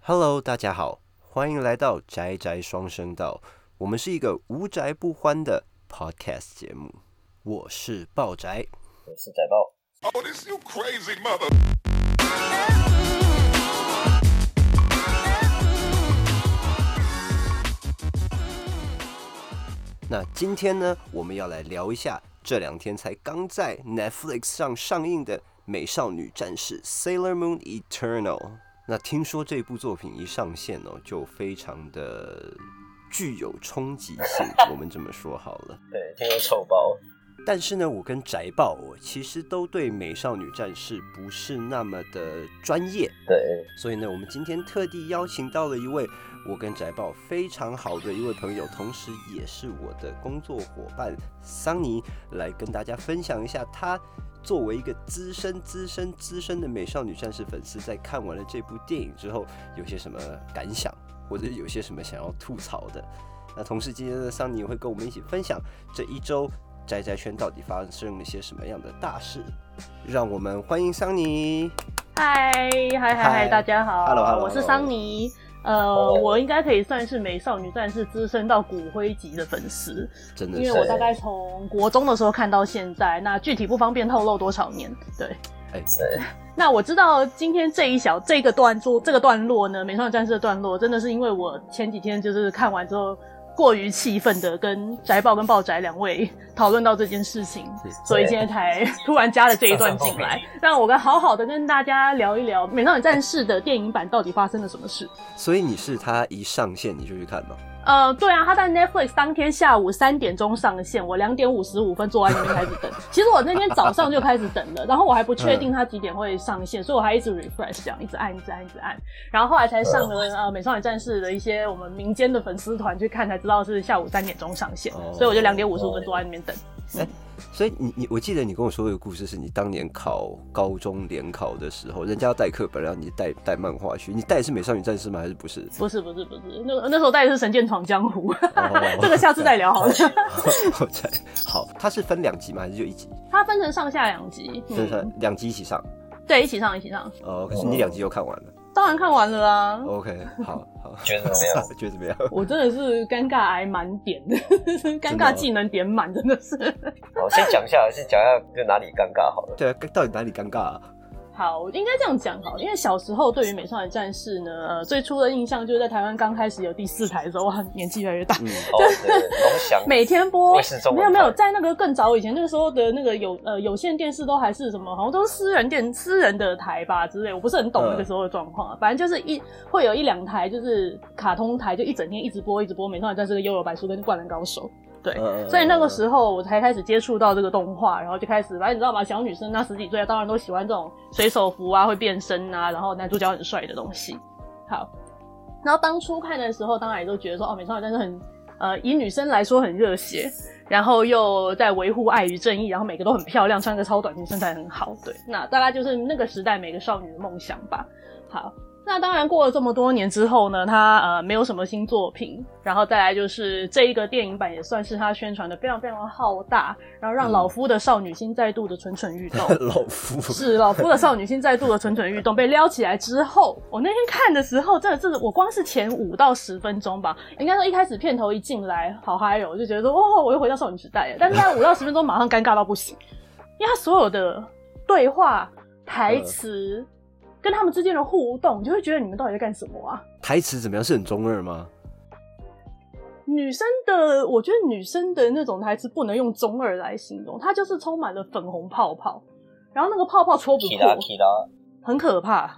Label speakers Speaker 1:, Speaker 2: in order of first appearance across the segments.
Speaker 1: Hello，大家好，欢迎来到宅宅双声道。我们是一个无宅不欢的 podcast 节目。我是爆宅，
Speaker 2: 我是宅豹。
Speaker 3: Oh, this you crazy mother.
Speaker 1: 那今天呢，我们要来聊一下这两天才刚在 Netflix 上上映的《美少女战士 Sailor Moon Eternal》。那听说这部作品一上线哦，就非常的具有冲击性，我们这么说好了。
Speaker 2: 对，听说臭包，
Speaker 1: 但是呢，我跟宅爆我其实都对《美少女战士》不是那么的专业，
Speaker 2: 对，
Speaker 1: 所以呢，我们今天特地邀请到了一位我跟宅豹非常好的一位朋友，同时也是我的工作伙伴桑尼，来跟大家分享一下他作为一个资深、资深、资深的美少女战士粉丝，在看完了这部电影之后，有些什么感想，或者有些什么想要吐槽的。那同时，今天的桑尼也会跟我们一起分享这一周宅宅圈到底发生了些什么样的大事。让我们欢迎桑尼。
Speaker 4: 嗨嗨嗨
Speaker 1: 嗨
Speaker 4: 嗨，大家好
Speaker 1: Hello，Hello，哦
Speaker 4: 我是桑尼。呃，我应该可以算是美少女战士资深到骨灰级的粉丝，
Speaker 1: 真的
Speaker 4: 因
Speaker 1: 是
Speaker 4: 为我大概从国中的时候看到现在，那具体不方便透露多少年。对，
Speaker 1: 哎
Speaker 4: 那我知道今天这一小这个段做这个段落呢，《美少女战士》的段落，真的是因为我前几天就是看完之后过于气愤的跟宅爆跟爆宅两位讨论到这件事情，所以现在才突然加了这一段进来，让我跟好好的跟大家聊一聊《美少女战士》的电影版到底发生了什么事。
Speaker 1: 所以你是他一上线你就去看吗？
Speaker 4: 呃，对啊，他在 Netflix 当天下午三点钟上线，我两点五十五分坐在那边开始等。其实我那天早上就开始等了，然后我还不确定他几点会上线， 所以我还一直 refresh 这样，一直按，一直按，一直按。然后后来才上了呃《美少女战士》的一些我们民间的粉丝团去看，才知道是下午三点钟上线，
Speaker 1: 哦
Speaker 4: 所以我就两点五十五分坐在那边等。
Speaker 1: 所以你你我记得你跟我说的故事是你当年考高中联考的时候，人家要代课本，然后你带带漫画去，你带的是美少女战士吗？还是不是？
Speaker 4: 不是不是不是，那那时候带的是《神剑闯江湖》
Speaker 1: 哦
Speaker 4: 这个下次再聊 好了。
Speaker 1: 我猜好，它是分两集吗？还是就一集？
Speaker 4: 它分成上下两集，
Speaker 1: 分
Speaker 4: 嗯，
Speaker 1: 成两集一起上。
Speaker 4: 对，一起上一起上，
Speaker 1: 哦，可是你两集就看完了。
Speaker 4: 当然看完了啊啦。
Speaker 1: OK，好 好，
Speaker 2: 觉得怎么样？
Speaker 1: 觉得怎么样？
Speaker 4: 我真的是尴尬癌满点， 尴尬技能点满，真的是。
Speaker 2: 好，先讲一下，先讲一下就哪里尴尬好了。
Speaker 1: 对啊，到底哪里尴尬啊？
Speaker 4: 好，我应该这样讲好了，因为小时候对于美少女战士呢，呃，最初的印象就是在台湾刚开始有第四台的时候，哇，年纪越来越大。
Speaker 1: 嗯，
Speaker 2: 哦， 对，龙翔，
Speaker 4: 每天播
Speaker 2: 卫视中文
Speaker 4: 没
Speaker 2: 台
Speaker 4: 有没有，在那个更早以前，那个时候的那个有呃有线电视都还是什么，好像都是私人电私人的台吧之类，我不是很懂
Speaker 1: 嗯
Speaker 4: 那个时候的状况、啊。反正就是一会有一两台就是卡通台，就一整天一直播一直播《美少女战士》跟《幽游白书》跟《灌篮高手》。对，
Speaker 1: 嗯
Speaker 4: 所以那个时
Speaker 1: 候，
Speaker 4: 候我才开始接触到这个动画，然后就开始，反正你知道吗？小女生那十几岁，啊当然都喜欢这种水手服啊，会变身啊，然后男主角很帅的东西。好，然后当初看的时候，当然也都觉得说，哦，美少女战士很，呃，以女生来说很热血，然后又在维护爱与正义，然后每个都很漂亮，穿个超短裙，身材很好。对，那大概就是那个时代每个少女的梦想吧。好。那当然，过了这么多年之后呢，他呃没有什么新作品，然后再来就是这一个电影版也算是他宣传的非常非常浩大，然后让老夫的少女心再度的蠢蠢欲动。
Speaker 1: 呃老夫
Speaker 4: 是老夫的少女心再度的蠢蠢欲动，被撩起来之后，我那天看的时候，真的是我光是前五到十分钟吧，应该说一开始片头一进来，好嗨哦，我就觉得说哇，我又回到少女时代了。但是啊在五到十分钟，马上尴尬到不行，因为他所有的对话、台词、跟他们之间的互动，你就会觉得你们到底在干什么啊？
Speaker 1: 台词怎么样？是很中二吗？
Speaker 4: 女生的，我觉得女生的那种台词不能用中二来形容，它就是充满了粉红泡泡，然后那个泡泡戳不
Speaker 2: 提拉
Speaker 4: 破，
Speaker 2: 提拉，
Speaker 4: 很可怕。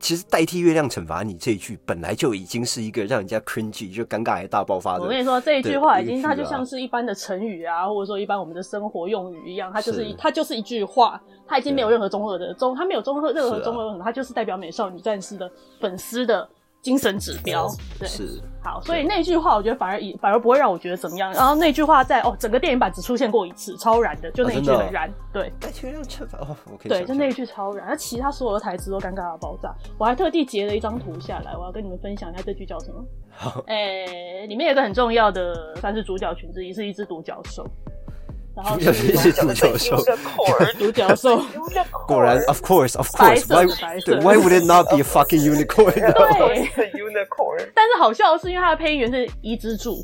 Speaker 1: 其实代替月亮惩罚你这一句，本来就已经是一个让人家 cringy 就尴尬癌大爆发的。
Speaker 4: 我跟你说，这一句话
Speaker 1: 对
Speaker 4: 已
Speaker 1: 一
Speaker 4: 经
Speaker 1: 句
Speaker 4: 它就
Speaker 1: 啊
Speaker 4: 像是一般的成语啊，或者说一般我们的生活用语一样，它就是一
Speaker 1: 是
Speaker 4: 它就是一句话，它已经没有
Speaker 1: 对
Speaker 4: 任何中二的中，它没有中二任何
Speaker 1: 是啊
Speaker 4: 中二，它就是代表美少女战士的粉丝的精神指标。对，
Speaker 1: 是
Speaker 4: 好，所以那句话我觉得反而以反而不会让我觉得怎么样。然后那句话在哦整个电影版只出现过一次，超燃的，就那一
Speaker 1: 啊真
Speaker 4: 句
Speaker 1: 的哦
Speaker 4: 很燃，对。
Speaker 1: 代替月亮惩罚哦，我可以
Speaker 4: 对，
Speaker 1: 想
Speaker 4: 就
Speaker 1: 象
Speaker 4: 那一句超燃，那其他所有的台词都尴尬到爆炸。我还特地截了一张图下来，我要跟你们分享一下这句叫什么。
Speaker 1: 好
Speaker 4: 诶、里面有一个很重要的，算是主角群之一，是一只独角兽。然后
Speaker 1: 就是一只独角兽。
Speaker 4: 独角兽，
Speaker 1: 果然，of course，of
Speaker 4: 白
Speaker 1: course，
Speaker 4: 色
Speaker 1: why
Speaker 4: 白色
Speaker 1: 对 why would it not be a fucking unicorn？
Speaker 4: 对
Speaker 2: unicorn，
Speaker 4: 但是好笑的是，因为它的配音员是一只柱，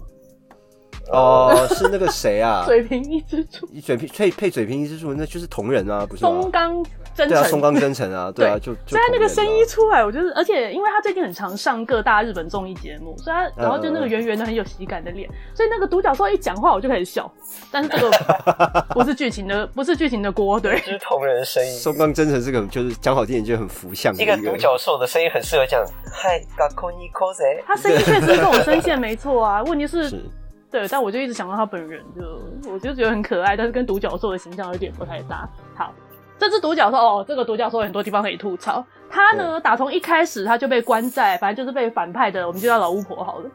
Speaker 1: 哦，是那个谁 啊？
Speaker 4: 水平一只柱，
Speaker 1: 嘴皮配配嘴平一之处，那就是同人啊，不是吗
Speaker 4: 松？冈真
Speaker 1: 对啊，松
Speaker 4: 诚。
Speaker 1: 冈真诚 啊，对啊，就就
Speaker 4: 所以他那个
Speaker 1: 同
Speaker 4: 声
Speaker 1: 人啊
Speaker 4: 音一出来，我就是，而且因为他最近很常上各大日本综艺节目，所以他
Speaker 1: 嗯
Speaker 4: 然后就那个圆圆的很有喜感的脸，所以那个独角兽一讲话我就开始笑。但是这个不是剧情的，不是剧情的锅，对，
Speaker 2: 就是同人声音。
Speaker 1: 松冈真诚这个就是讲好听点就很福相的
Speaker 2: 一个独角兽的声音很适合讲嗨，嘎扣尼扣谁？
Speaker 4: 他声音确实是这种声线没错啊。问题是，
Speaker 1: 是
Speaker 4: 对，但我就一直想到他本人，就我就觉得很可爱，但是跟独角兽的形象有点不太搭。好，这只独角兽哦，这个独角兽有很多地方可以吐槽。它呢，打从一开始它就被关在，反正就是被反派的，我们就叫老巫婆好了，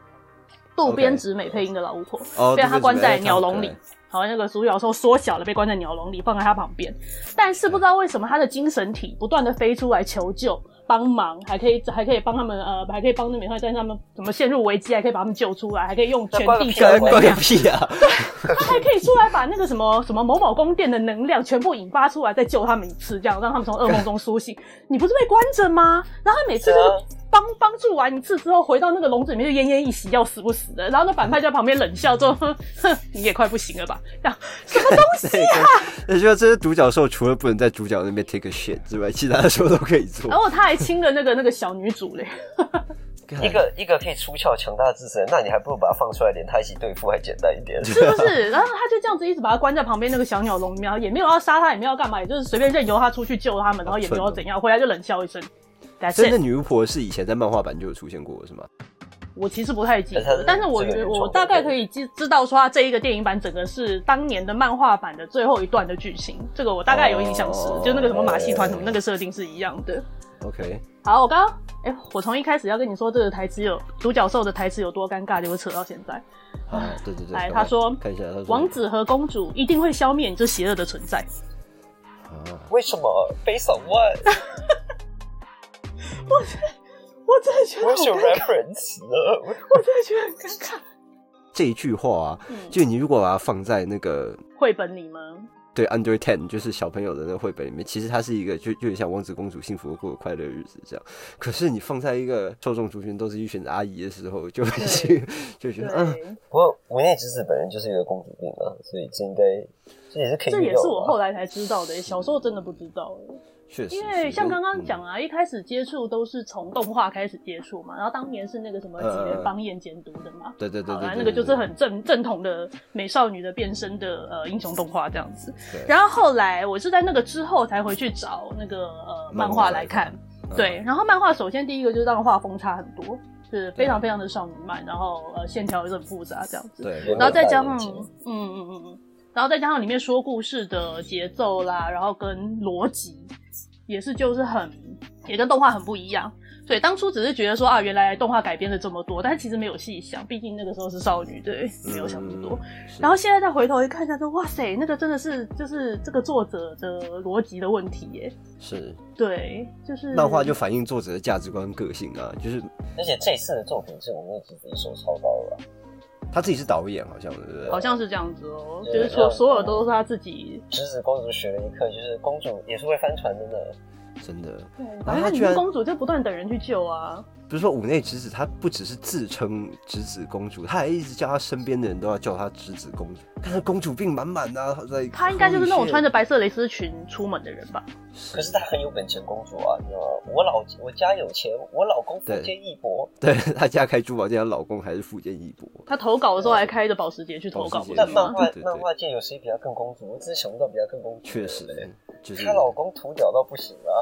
Speaker 4: 渡
Speaker 1: OK
Speaker 4: 边直美配音的老巫婆。
Speaker 1: 哦，
Speaker 4: 被他
Speaker 1: 对对
Speaker 4: 关
Speaker 1: 对
Speaker 4: 在
Speaker 1: 哎
Speaker 4: 鸟
Speaker 1: 他
Speaker 4: 笼
Speaker 1: 对
Speaker 4: 里好，那个独角兽缩小了，被关在鸟笼里，放在他旁边。但是不知道为什么，他的精神体不断的飞出来求救、帮忙，还可以还可以帮他们，呃，还可以帮那美少女战士他们怎么陷入危机，还可以把他们救出来，还可以用全
Speaker 2: 那关个
Speaker 4: 地
Speaker 2: 屁
Speaker 4: 球的
Speaker 1: 干
Speaker 4: 能
Speaker 1: 关个
Speaker 4: 量，
Speaker 1: 屁啊！
Speaker 4: 他还可以出来把那个什么什么某某宫殿的能量全部引发出来，再救他们一次，这样让他们从噩梦中苏醒。你不是被关 着吗？然后他每次就
Speaker 2: 对啊
Speaker 4: 是帮帮助完一次之后，回到那个笼子里面就奄奄一息，要死不死的。然后那反派就在旁边冷笑，之后 哼，哼你也快不行了吧？这样什么东西？
Speaker 1: 对，那就这些独角兽除了不能在主角那边 take a shit 之外，其他的时候都可以做
Speaker 4: 然。后他还亲了那个那个小女 主嘞，
Speaker 1: 干
Speaker 2: 一个一个可以出鞘强大的智神，那你还不如把它放出来，连他一起对付还简单一 点。
Speaker 4: 是不是？然后他就这样子一直把他关在旁边那个小鸟笼里面，然后也没有要杀他，也没有要干嘛，也就是随便任由他出去救他们，然后也没有要怎样，回来就冷笑一声。That's
Speaker 1: 真
Speaker 4: it
Speaker 1: 的。女巫婆是以前在漫画版就有出现过，是吗？
Speaker 4: 我其实不太记
Speaker 2: 但
Speaker 4: 得
Speaker 2: 是，
Speaker 4: 但是我
Speaker 2: 这个原创
Speaker 4: 我
Speaker 2: 的
Speaker 4: 大概可以记知道说，它这一个电影版整个是当年的漫画版的最后一段的剧情，这个我大概有印象是，
Speaker 1: 哦
Speaker 4: 就那个什么马戏团什么那个设定是一样的。
Speaker 1: OK，
Speaker 4: 好，我刚刚哎，我从一开始要跟你说这个台词有独角兽的台词有多尴尬，结果扯到现在。
Speaker 1: 好，对对对。赶
Speaker 4: 来
Speaker 1: 快
Speaker 4: 他说
Speaker 1: 看一下，他说
Speaker 4: 王子和公主一定会消灭你这邪恶的存在。
Speaker 1: 啊，
Speaker 2: 为什么？Based on what？
Speaker 4: 我真的觉得，
Speaker 2: Where's
Speaker 4: 我
Speaker 2: your reference 呃呢？
Speaker 4: 真的觉得很尴尬。
Speaker 1: 这一句话啊，
Speaker 4: 嗯
Speaker 1: 就你如果把它放在那个
Speaker 4: 绘本里吗？
Speaker 1: 对 Under Ten 就是小朋友的那个绘本里面，其实它是一个就就有点像王子公主幸福地过得快乐的日子这样。可是你放在一个受众族群都是一群阿姨的时候，就已经就觉
Speaker 4: 对
Speaker 1: 得，嗯，
Speaker 2: 不过无内之子本人就是一个公主病啊，所以这应该这也是可以
Speaker 4: 这
Speaker 2: 预
Speaker 4: 也
Speaker 2: 料
Speaker 4: 是
Speaker 2: 的
Speaker 4: 我
Speaker 2: 吧
Speaker 4: 后来才知道的，小时候真的不知道。欸
Speaker 1: 确实是。
Speaker 4: 因为像刚刚讲
Speaker 1: 嗯，
Speaker 4: 啊，一开始接触都是从动画开始接触嘛，然后当年是那个什么
Speaker 1: 呃
Speaker 4: 吉原邦彦监督的嘛，
Speaker 1: 对对对
Speaker 4: 好
Speaker 1: 对
Speaker 4: 啦，
Speaker 1: 对，
Speaker 4: 那个就是
Speaker 1: 对
Speaker 4: 很正正统的美少女的变身的呃英雄动画这样子。
Speaker 1: 对
Speaker 4: 然后后来我是在那个之后才回去找那个呃漫画来看，
Speaker 1: 嗯
Speaker 4: 对，然后漫画首先第一个就是让画风差很多，是非常非常的少女漫，然后呃线条也是很复杂这样子。
Speaker 1: 对，
Speaker 2: 然
Speaker 4: 然后再加
Speaker 2: 我
Speaker 4: 上，
Speaker 2: 懂
Speaker 4: 嗯嗯嗯嗯，然后再加上里面说故事的节奏啦，然后跟逻辑也是就是很也跟动画很不一样。对，当初只是觉得说啊，原来动画改编了这么多，但是其实没有细想，毕竟那个时候是少女，对，没有想那么多。
Speaker 1: 嗯。是
Speaker 4: 然后现在再回头一看一下，说哇塞，那个真的是就是这个作者的逻辑的问题耶。嗯
Speaker 1: 是
Speaker 4: 对，就是
Speaker 1: 漫画就反映作者的价值观、个性啊，就是
Speaker 2: 而且这一次的作品是无内之子一手操刀了，
Speaker 1: 他自己是导演，好像对不对？
Speaker 4: 好像是这样子哦，就
Speaker 2: 对
Speaker 4: 是说
Speaker 2: 嗯
Speaker 4: 所有都是他自己。
Speaker 2: 之子公主学了一课，就是公主也是会翻船的呢。
Speaker 1: 真的，
Speaker 4: 对，
Speaker 1: 然
Speaker 4: 反
Speaker 1: 后他
Speaker 4: 正
Speaker 1: 居
Speaker 4: 你
Speaker 1: 然
Speaker 4: 是公主就不断等人去救啊。
Speaker 1: 不是说五内直子，她不只是自称直子公主，她还一直叫她身边的人都要叫她直子公主，看她公主病满满啊，她在
Speaker 4: 她应该就是那种穿着白色蕾丝裙出门的人吧？
Speaker 1: 啊是
Speaker 2: 可是她很有本钱，公主啊，你知道吗？我老我家有钱，我老公福建一博，
Speaker 1: 对她家开珠宝店，她老公还是福建一博，
Speaker 4: 她投稿的时候还开着保时捷去投稿，
Speaker 1: 保时捷
Speaker 4: 不
Speaker 2: 但
Speaker 4: 是
Speaker 2: 漫
Speaker 4: 吗？
Speaker 2: 画
Speaker 1: 对对对
Speaker 2: 漫画界有谁比她更公主？我真的想不到比她更公主。
Speaker 1: 确实，就是
Speaker 2: 她老公土屌到不行啊！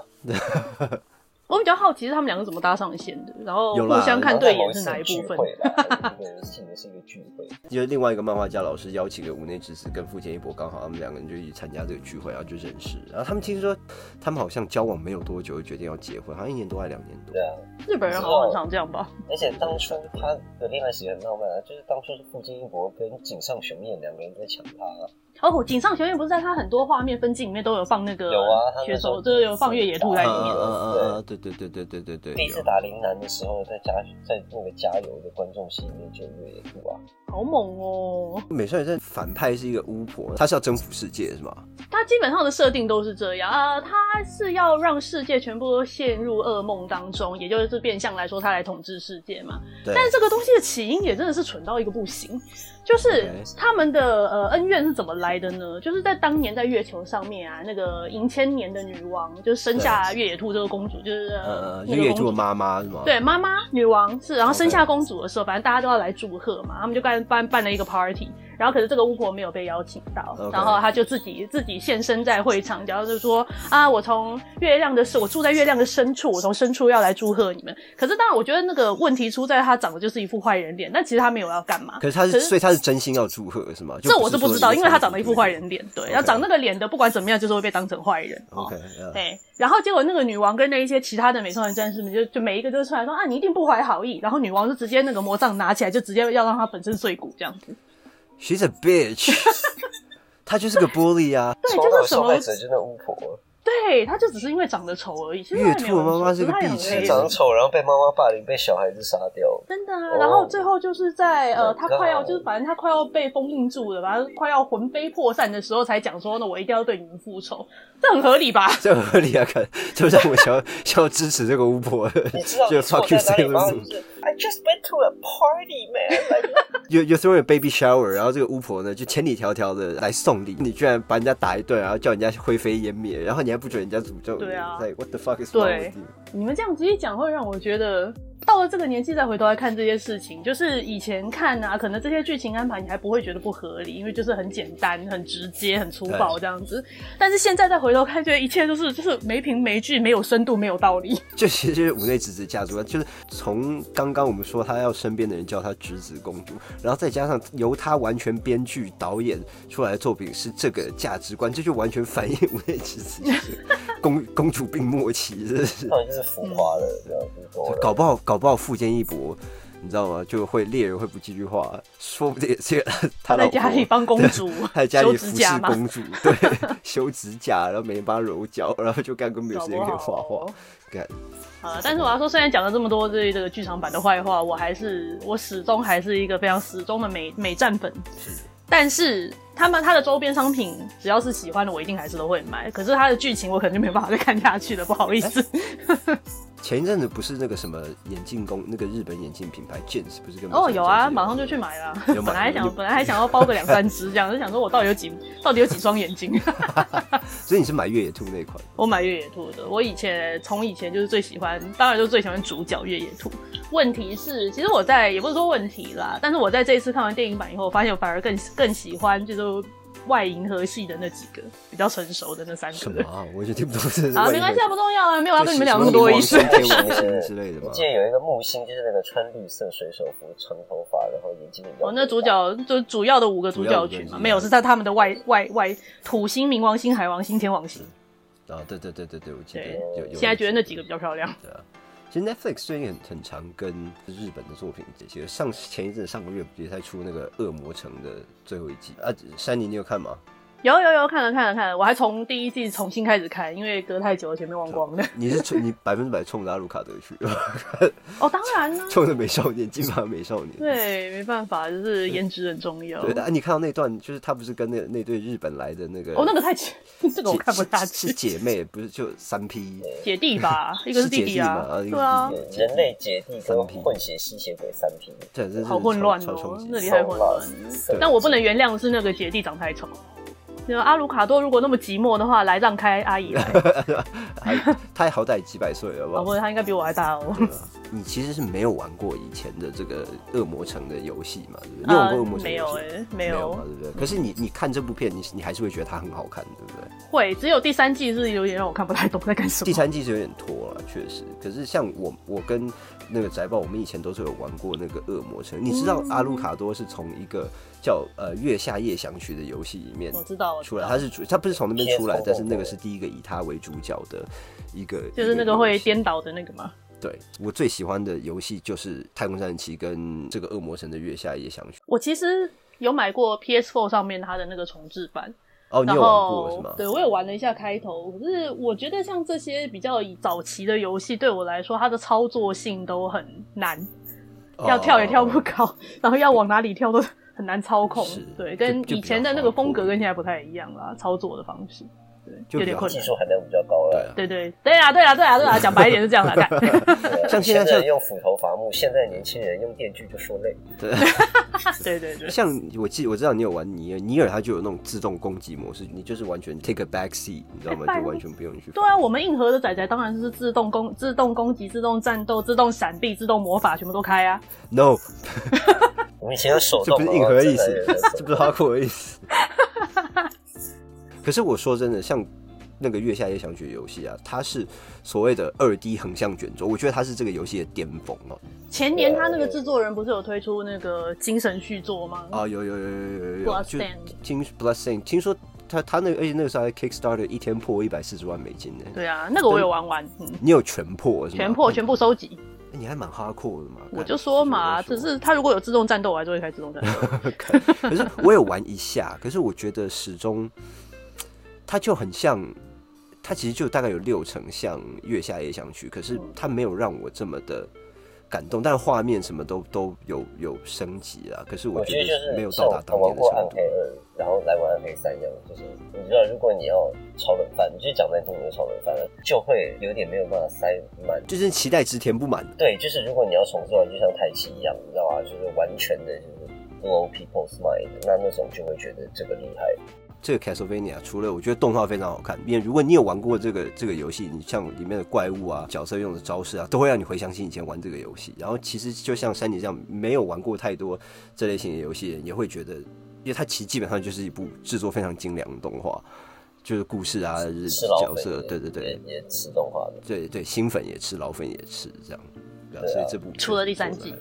Speaker 4: 我比较好奇是他们两个怎么搭上线的，然后
Speaker 1: 有啦
Speaker 4: 互相看
Speaker 2: 然后在
Speaker 4: 对
Speaker 2: 某
Speaker 4: 眼
Speaker 2: 一
Speaker 4: 是
Speaker 2: 次
Speaker 4: 哪一
Speaker 2: 聚
Speaker 4: 部分？
Speaker 2: 会啦，对，请的是一个聚会。
Speaker 1: 就是另外一个漫画家老师邀请了五内直子跟富坚一博，刚好他们两个人就一起参加这个聚会，然后就认识。然后他们听说他们好像交往没有多久就决定要结婚，好像一年多还两年多
Speaker 2: 对。啊，
Speaker 4: 日本人好像很常这样吧？
Speaker 2: 而且当初她的恋爱史也很浪漫啊，就是当初是富坚义博跟井上雄彦两个人在抢她啊，
Speaker 4: 哦，井上学院不是在他很多画面分镜里面都有放那个
Speaker 2: 有啊他那
Speaker 4: 选
Speaker 2: 时候
Speaker 4: 手，就是有放越野兔在里面。
Speaker 1: 嗯嗯嗯嗯，对对对对对对对，
Speaker 2: 第一次
Speaker 1: 有
Speaker 2: 打铃南的时候，在加在那个加油的观众席里面就有越野兔啊，
Speaker 4: 好猛哦！
Speaker 1: 美少女战士反派是一个巫婆，她是要征服世界是吗？
Speaker 4: 它基本上的设定都是这样啊、呃，它是要让世界全部都陷入噩梦当中，也就是变相来说，它来统治世界嘛。
Speaker 1: 对，
Speaker 4: 但这个东西的起因也真的是蠢到一个不行，就是
Speaker 1: OK
Speaker 4: 他们的呃恩怨是怎么来的呢？就是在当年在月球上面啊，那个银千年的女王就是生下越野兔这个公主，就是
Speaker 1: 呃，
Speaker 4: 那
Speaker 1: 越
Speaker 4: 个
Speaker 1: 野
Speaker 4: 公
Speaker 1: 兔的
Speaker 4: 主
Speaker 1: 妈妈是吗？
Speaker 4: 对，妈妈女王是，然后
Speaker 1: 哦 OK
Speaker 4: 生下公主的时候，反正大家都要来祝贺嘛，他们就办办办了一个 party，然后可是这个巫婆没有被邀请到
Speaker 1: OK
Speaker 4: 然后她就自己自己现身在会场，然后就说啊，我从月亮的深，我住在月亮的深处，我从深处要来祝贺你们。可是当然，我觉得那个问题出在她长得就是一副坏人脸，但其实她没有要干嘛。
Speaker 1: 可是她
Speaker 4: 可
Speaker 1: 是，
Speaker 4: 是
Speaker 1: 所以她是真心要祝贺是吗？
Speaker 4: 这我是不知道，因为她
Speaker 1: 她
Speaker 4: 长得一副坏。人脸，对，
Speaker 1: OK
Speaker 4: 然后长那个脸的，不管怎么样，就是会被当成坏人。哦
Speaker 1: OK，呃
Speaker 4: 对，然后结果那个女王跟那一些其他的美少女战士们就就每一个都出来说啊，你一定不怀好意。然后女王就直接那个魔杖拿起来，就直接要让她粉身碎骨这样子。
Speaker 1: ，She's a bitch，她就是个玻璃啊。
Speaker 4: 对，
Speaker 2: 说到
Speaker 4: 就是什
Speaker 2: 受
Speaker 4: 么
Speaker 2: 害？者就是那巫婆，
Speaker 4: 对，她就只是因为长得丑而已。其实她也没有
Speaker 1: 月兔的妈妈
Speaker 4: 很丑
Speaker 1: 是个
Speaker 4: 她也很
Speaker 1: 碧
Speaker 4: 黑
Speaker 1: 池
Speaker 2: 长得丑，然后被妈妈霸凌，被小孩子杀 掉。
Speaker 4: 真的啊
Speaker 2: 哦，
Speaker 4: 然后最后就是在呃，
Speaker 2: My
Speaker 4: 她快要
Speaker 2: God
Speaker 4: 就是反正她快要被封印住了，反正快要魂飞魄散的时候，才讲说呢，我一定要对你们复仇，这很合理吧？
Speaker 1: 这很合理啊，看，就让我想要想要支持这个巫婆，
Speaker 2: 你知 道
Speaker 1: 就
Speaker 2: 你错
Speaker 1: fuck you
Speaker 2: 在哪里
Speaker 1: Sailor
Speaker 2: 吗？就
Speaker 1: Moon。
Speaker 2: 是 I just went to a party, man. Like,
Speaker 1: You you throw a baby shower，然后这个巫婆呢就千里迢迢的来送礼，你居然把人家打一顿，然后叫人家灰飞烟灭，然后你还不准人家诅咒你，
Speaker 4: 对啊
Speaker 1: 在 What the fuck is wrong with you？
Speaker 4: 你们这样子一讲，会让我觉得到了这个年纪再回头来看这些事情，就是以前看啊，可能这些剧情安排你还不会觉得不合理，因为就是很简单、很直接、很粗暴这样子。但是现在再回头看，觉得一切都是就是没凭没据、没有深度、没有道理。
Speaker 1: 就其实就是五内侄子家族，就是从刚刚我们说他要身边的人叫她侄子公主，然后再加上由他完全编剧导演出来的作品是这个价值观，这就完全反映五内侄子就是公 公主病末期，真的是
Speaker 2: 他。们就是浮夸的，这样子多了。
Speaker 1: 搞不好搞不好富坚义博，你知道吗？就会猎人会不几句话，说不定也是 他他老
Speaker 4: 在
Speaker 1: 婆
Speaker 4: 家里帮公 主
Speaker 1: 他在家里
Speaker 4: 修
Speaker 1: 服
Speaker 4: 指
Speaker 1: 侍
Speaker 4: 甲嘛，
Speaker 1: 公主，对，修指甲，然后每天帮她揉脚，然后就干根本没有
Speaker 4: 搞
Speaker 1: 时间
Speaker 4: 不
Speaker 1: 可以
Speaker 4: 好
Speaker 1: 画画。
Speaker 4: 哦
Speaker 1: 干
Speaker 4: 啊、但是我要说，虽然讲了这么多对于这个剧场版的坏话，我还是我始终还是一个非常死忠的美美战粉。但是他们他的周边商品，只要是喜欢的，我一定还是都会买。可是他的剧情，我可能就没办法再看下去了，不好意思。
Speaker 1: 哎前一阵子不是那个什么眼镜工，那个日本眼镜品牌 Jens 不是跟
Speaker 4: 哦，有啊，马上就去买了。
Speaker 1: 有
Speaker 4: 本
Speaker 1: 买
Speaker 4: 来还
Speaker 1: 有
Speaker 4: 想本来还想要包个两三只这样，就想说我到底有几到底有几双眼睛。
Speaker 1: 所以你是买越野兔那一款，
Speaker 4: 我买越野兔的，我以前从以前就是最喜欢，当然就最喜欢主角越野兔。问题是，其实我在也不是说问题啦，但是我在这一次看完电影版以后，我发现我反而更更喜欢就是外银河系的那几个比较成熟的那三
Speaker 1: 什
Speaker 4: 个
Speaker 1: 么
Speaker 4: 人。
Speaker 1: 啊？我就听不懂这是
Speaker 4: 啊，
Speaker 1: 外
Speaker 4: 没关系啊，
Speaker 1: 文
Speaker 4: 不重要啊，没有要
Speaker 1: 就
Speaker 4: 跟
Speaker 1: 是
Speaker 4: 你们聊那
Speaker 1: 什
Speaker 4: 么多
Speaker 1: 冥
Speaker 4: 意
Speaker 1: 王
Speaker 4: 思。
Speaker 1: 星 天王星之类的
Speaker 2: 我
Speaker 1: 嘛。
Speaker 2: 记得有一个木星，就是那个穿绿色水手服、长头发，然后眼睛比较……
Speaker 4: 哦，那主角就主要的五个主角群
Speaker 1: 主要
Speaker 4: 嘛，
Speaker 1: 的
Speaker 4: 没有是在他们的外外外土星、冥王星、海王星、天王星。
Speaker 1: 啊，对对对对对，我记得
Speaker 4: 对
Speaker 1: 有有。
Speaker 4: 现在觉得那几个比较漂亮。
Speaker 1: 对啊，其实 Netflix 最近很很常跟日本的作品这些，上前一阵上个月也才出那个《恶魔城》的最后一季啊，山妮你有看吗？
Speaker 4: 有有有，看了看了看了，我还从第一季重新开始看，因为隔太久了，前面忘光了。
Speaker 1: 你是冲你百分之百冲着阿鲁卡德去，
Speaker 4: 哦，当然啦、
Speaker 1: 冲着美少年，金发美少年。
Speaker 4: 对，没办法，就是颜值很重要。
Speaker 1: 对的，啊，你看到那段就是他不是跟那那对日本来的那个
Speaker 4: 哦，那个太奇，这
Speaker 1: 这
Speaker 4: 个我看不下
Speaker 1: 是
Speaker 4: 去。
Speaker 1: 姐妹，不是就三 P
Speaker 4: 姐弟 吧，一个
Speaker 1: 是
Speaker 4: 弟
Speaker 1: 姐
Speaker 4: 弟
Speaker 1: 弟
Speaker 4: 啊
Speaker 1: 嘛，啊一个
Speaker 4: 对啊
Speaker 1: 弟，弟
Speaker 2: 人类姐弟跟混血吸血鬼三 P，
Speaker 1: 这真是
Speaker 4: 好混乱
Speaker 1: 超超
Speaker 4: 哦
Speaker 1: 冲，
Speaker 4: 那
Speaker 1: 击
Speaker 4: 里太混乱。
Speaker 1: 对
Speaker 4: 但我不能原谅的是那个姐弟长太丑。那阿鲁卡多如果那么寂寞的话，来让开阿姨 来，
Speaker 1: 还他好歹几百岁了吧
Speaker 4: 哦，？不，他应该比我还大 哦。
Speaker 1: 你其实是没有玩过以前的这个恶魔城的游戏嘛？对不对？你有玩
Speaker 4: 啊
Speaker 1: 过恶魔，城
Speaker 4: 没
Speaker 1: 游
Speaker 4: 有
Speaker 1: 戏吗？
Speaker 4: 哎，没
Speaker 1: 没
Speaker 4: 有
Speaker 1: 嘛，对不对？可是你你看这部片，你你还是会觉得它很好看，对不对？
Speaker 4: 会只有第三季是有点让我看不太懂在干什
Speaker 1: 第
Speaker 4: 么。
Speaker 1: 三季是有点拖了，确实。可是像我我跟那个宅豹，我们以前都是有玩过那个恶魔城。你知
Speaker 4: 嗯
Speaker 1: 道阿鲁卡多是从一个叫呃月下夜想曲的游戏里面
Speaker 4: 我知道，我知
Speaker 1: 出来，
Speaker 4: 道
Speaker 1: 他是主，他不是从那边出来，
Speaker 2: 天
Speaker 1: 但是
Speaker 2: 空
Speaker 1: 那个是第一个以他为主角的一个，
Speaker 4: 就是
Speaker 1: 一
Speaker 4: 那个会
Speaker 1: 游戏
Speaker 4: 颠倒的那个嘛。
Speaker 1: 对我最喜欢的游戏就是《太空战旗》跟这个《恶魔城》的月下夜想曲。
Speaker 4: 我其实有买过 PS4 上面它的那个重置版，
Speaker 1: 哦，你
Speaker 4: 然
Speaker 1: 有玩过是
Speaker 4: 后
Speaker 1: 吗？
Speaker 4: 对我也玩了一下开头，可是我觉得像这些比较早期的游戏，对我来说它的操作性都很难，
Speaker 1: 哦
Speaker 4: 要跳也跳不高， 然后要往哪里跳都很难操控
Speaker 1: 是。
Speaker 4: 对，
Speaker 1: 就
Speaker 4: 跟
Speaker 1: 就
Speaker 4: 以
Speaker 1: 比较
Speaker 4: 前的那个风格
Speaker 1: 滑坡
Speaker 4: 跟现在不太一样啦，操作的方式，
Speaker 1: 就比
Speaker 4: 对，有
Speaker 1: 较
Speaker 4: 点困
Speaker 2: 技
Speaker 4: 难。
Speaker 2: 术含量比较高
Speaker 1: 对
Speaker 2: 了。
Speaker 1: 啊，
Speaker 4: 对对对啊，对啊，对 啊，对啊，讲白一点是这样啦。干
Speaker 2: 对啊
Speaker 1: 像现在
Speaker 2: 以前的人
Speaker 1: 像
Speaker 2: 用斧头伐木，现在年轻人用电锯就说累。
Speaker 4: 对对对，
Speaker 1: 像我记我知道你有玩尼尔，尼尔它就有那种自动攻击模式，你就是完全 take a back seat，你知道吗？
Speaker 4: 哎拜
Speaker 1: 就
Speaker 4: 托
Speaker 1: 完全不用去。
Speaker 4: 对啊，我们硬核的仔仔当然是自动攻、自动攻击、自动战斗、自动闪避、自动魔法，全部都开啊。
Speaker 1: No，
Speaker 2: 我们以前有手
Speaker 1: 这
Speaker 2: 动
Speaker 1: 不
Speaker 2: 嘛，
Speaker 1: 是硬核意
Speaker 2: 现在
Speaker 1: 思
Speaker 2: 有手，动
Speaker 1: 这不是 hardcore 意思。 可是我说真的，像那个月下夜想雪游戏啊，它是所谓的二 D 横向卷轴，我觉得它是这个游戏的巅峰哦。
Speaker 4: 前年他那个制作人不是有推出那个精神续作吗？
Speaker 1: 啊，有有有有有有有，就
Speaker 4: Bloodstained
Speaker 1: 听 Bloodstain，听说他他那个，而且那个时候还 Kickstarter 一天破一百四十万美金呢。
Speaker 4: 对啊，那个我有玩玩，嗯，
Speaker 1: 你有全破是吗？
Speaker 4: 全破全部收集。
Speaker 1: 哎，你还蛮哈扣的嘛。
Speaker 4: 我
Speaker 1: 干
Speaker 4: 就说嘛，
Speaker 1: 我就
Speaker 4: 只
Speaker 1: 说
Speaker 4: 是他如果有自动战斗，我还是会开自动 战斗。
Speaker 1: 可是我有玩一下，可是我觉得始终，它就很像，它其实就大概有六成像月下夜想曲，可是它没有让我这么的感动，但画面什么都都有有升级啊，可是我
Speaker 2: 我
Speaker 1: 觉
Speaker 2: 觉得就
Speaker 1: 得
Speaker 2: 是
Speaker 1: 没有
Speaker 2: 像
Speaker 1: 到达当
Speaker 2: 我玩
Speaker 1: 年的
Speaker 2: 过暗
Speaker 1: 程度
Speaker 2: 黑。二，然后来玩暗黑三一样，就是你知道，如果你要炒冷饭，你就讲难听点炒冷饭了，就会有点没有办法塞满。
Speaker 1: 就是期待值填不满，
Speaker 2: 对，就是如果你要重置完，就像太极一样，你知道吗？就是完全的就是 blow people's mind，那那种就会觉得这个厉害。
Speaker 1: 这个 Castlevania 除了我觉得动画非常好看，因为如果你有玩过这个这个游戏，你像里面的怪物啊、角色用的招式啊，都会让你回想起以前玩这个游戏。然后其实就像山里这样，没有玩过太多这类型的游戏的人，也会觉得，因为它其实基本上就是一部制作非常精良的动画，就是故事啊、人
Speaker 2: 吃老
Speaker 1: 角
Speaker 2: 粉
Speaker 1: 色，
Speaker 2: 也
Speaker 1: 对对对
Speaker 2: 也也吃动画的。
Speaker 1: 对对，新粉也吃，老粉也吃，这样。对啊
Speaker 2: 对啊
Speaker 1: 所以这部
Speaker 4: 出了第三季，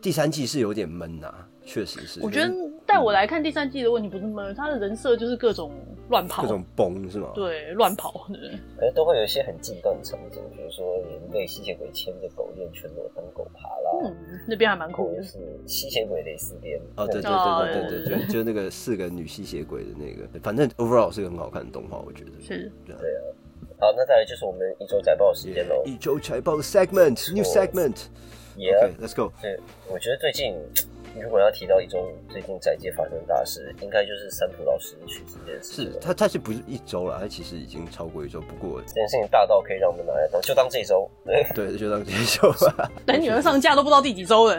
Speaker 1: 第三季是有点闷呐、确实是。
Speaker 4: 我觉得
Speaker 1: 嗯
Speaker 4: 带我来看第三季的问题不是闷，他的人设就是各种乱跑
Speaker 1: 各，种崩是吗？
Speaker 4: 对，乱跑，对不对？
Speaker 2: 可是都会有一些很近段的场景，比如说连被吸血鬼牵着狗链全裸当狗爬啦，
Speaker 4: 嗯，那边还蛮
Speaker 2: 或
Speaker 4: 酷
Speaker 2: 者
Speaker 4: 的。
Speaker 2: 是吸血鬼蕾丝边。
Speaker 1: 哦，对对
Speaker 4: 哦
Speaker 1: 对对对对，就就那个四个女吸血鬼的那个，反正 overall 是个很好看的动画，我觉得。
Speaker 4: 是
Speaker 1: 对啊。
Speaker 2: 好，那再来就是我们一周宅报时间喽
Speaker 1: Yeah，。一周财报 segment new
Speaker 2: 错
Speaker 1: segment。
Speaker 2: 也、
Speaker 1: OK，let's go。
Speaker 2: 对，我觉得最近如果要提到一周最近宅界发生的大事，应该就是三浦老师去世这件事
Speaker 1: 是
Speaker 2: 情了。
Speaker 1: 它，它是不是一周了？它其实已经超过一周，不过
Speaker 2: 这件事情大到可以让我们拿来当，就当这一周。 对，
Speaker 1: 对，就当这一周 吧。
Speaker 4: 等女儿上架都不知道第几周了。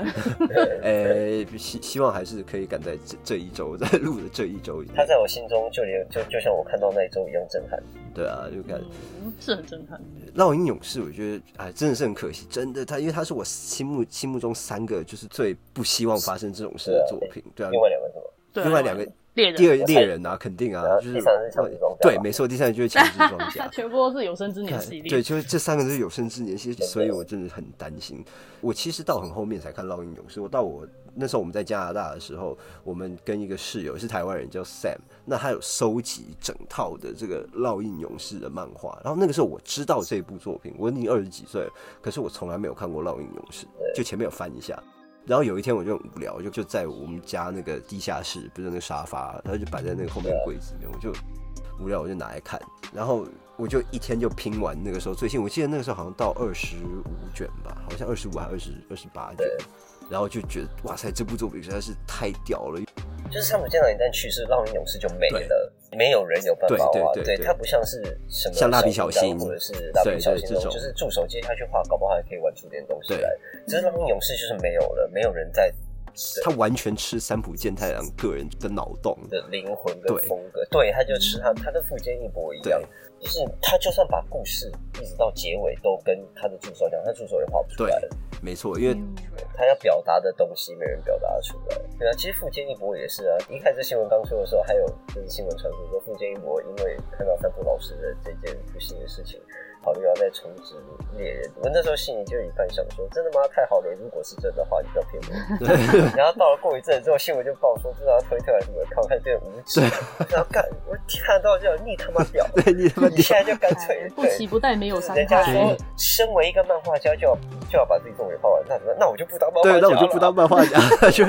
Speaker 1: 呃，希希望还是可以赶在这这一周，在录的这一周以内。
Speaker 2: 他在我心中就连就就像我看到那一周一样震撼。
Speaker 1: 对啊，就看
Speaker 4: 嗯，是很震撼。
Speaker 1: 烙印勇士，我觉得哎，真的是很可惜，真的，他因为他是我心目心目中三个就是最不希望发生这种事的作品，对啊
Speaker 2: 另，外两个是什么？
Speaker 4: 对啊，
Speaker 1: 另外两个
Speaker 4: 猎
Speaker 1: 第
Speaker 4: 人，
Speaker 1: 二猎人啊，肯定啊
Speaker 2: 然，后
Speaker 1: 就是
Speaker 2: 呃第三是强制装甲
Speaker 1: 对，
Speaker 2: 吧
Speaker 1: 没错，第三就是强制装
Speaker 4: 他
Speaker 1: 甲。
Speaker 4: 全部都是有生之年系列。
Speaker 1: 对，就是这三个都是有生之年，其实
Speaker 2: 的
Speaker 1: 所以我真的很担心。我其实到很后面才看《烙印勇士》，我到我那时候我们在加拿大的时候，我们跟一个室友是台湾人叫 Sam，那他有收集整套的这个《烙印勇士》的漫画，然后那个时候我知道这部作品，我已经二十几岁了，可是我从来没有看过《烙印勇士》，就前面有翻一下，然后有一天我就很无聊，就就在我们家那个地下室，不是那个沙发，然后就摆在那个后面的柜子里面，我就无聊，我就拿来看，然后我就一天就拼完那个时候最新，我记得那个时候好像到二十五卷吧，好像二十五还二十二十八卷，然后就觉得哇塞，这部作品实在是太屌了，
Speaker 2: 就是上古舰长一旦去世，浪人勇士就没了，没有人有办法
Speaker 1: 对
Speaker 2: 画。
Speaker 1: 对对对
Speaker 2: 它不像是什么
Speaker 1: 像蜡笔
Speaker 2: 小
Speaker 1: 小新
Speaker 2: 叮当或者是蜡笔小新
Speaker 1: 对对
Speaker 2: 那
Speaker 1: 这种
Speaker 2: 种，就是助手接下去画，搞不好还可以玩出点东西
Speaker 1: 对
Speaker 2: 来。只是浪人勇士就是没有了，没有人在
Speaker 1: 他完全吃三浦健太郎个人的脑洞，
Speaker 2: 的灵魂跟
Speaker 1: 对
Speaker 2: 风格，对，他就吃他他跟富坚义博一样
Speaker 1: 对，
Speaker 2: 就是他就算把故事一直到结尾都跟他的助手讲，他助手也画不出来
Speaker 1: 对。没错，因为，
Speaker 4: 嗯
Speaker 2: 他要表达的东西没人表达得出来。对啊，其实富坚义博也是啊。一开始新闻刚出的时候，还有就是新闻传出说富坚义博因为看到三浦老师的这件不幸的事情，考虑要再重置猎人。我那时候心里就有一半想说，真的吗？太好了，如果是真的话，你不要骗我。然后到了过一阵之后，新闻就爆说，不知道推特还是什么，看我看这个无耻，然后干，我看到就你他妈屌
Speaker 1: 对你他妈
Speaker 2: 你
Speaker 1: 屌，
Speaker 2: 现在就干脆
Speaker 4: 哎不
Speaker 2: 对
Speaker 4: 期不待没有伤
Speaker 2: 人家
Speaker 4: 害
Speaker 2: 说。，身为一个漫画家，就要就要把自己作为画完，那怎么？那我就不当漫画
Speaker 1: 对，
Speaker 2: 家了。
Speaker 1: 那我就不当漫画家， 就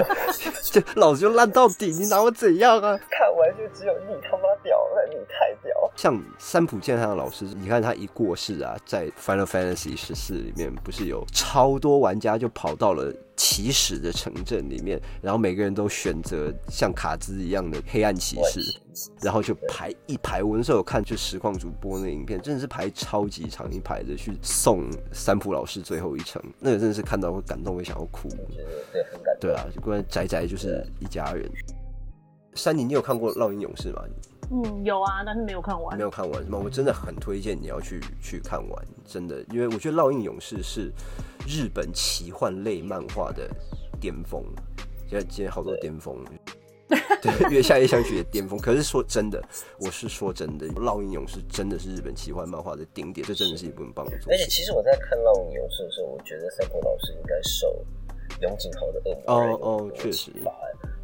Speaker 1: 就老子就烂到底，你拿我怎样啊？
Speaker 2: 看完就只有你他妈屌了，太屌。
Speaker 1: 像三浦健他的老师，你看他一过世啊，在 Final Fantasy 十四里面，不是有超多玩家就跑到了起始的城镇里面，然后每个人都选择像卡兹一样的黑暗骑士，然后就排一排。我那时候有看就实况主播那影片，真的是排超级长一排的去送三浦老师最后一程，那个真的是看到会感动，会想要哭。
Speaker 2: 对对对，很感动。
Speaker 1: 对啊，就关于宅宅就是一家人。山妮，你有看过《烙印勇士》吗？
Speaker 4: 嗯，有啊，但是没有看完
Speaker 1: 没。有看完是吗？我真的很推荐你要去去看完，真的，因为我觉得《烙印勇士》是日本奇幻类漫画的巅峰，现在今天好多巅峰。对，月下夜香雪也巅峰。可是说真的，我是说真的，《烙印勇士》真的是日本奇幻漫画的顶点，这真的是一部很棒的作
Speaker 2: 而且
Speaker 1: 品。
Speaker 2: 其实我在看《浪游士》的时候，我觉得三浦老师应该受永井豪的恶魔
Speaker 1: 哦
Speaker 2: 人
Speaker 1: 哦
Speaker 2: 有
Speaker 1: 确实
Speaker 2: 启发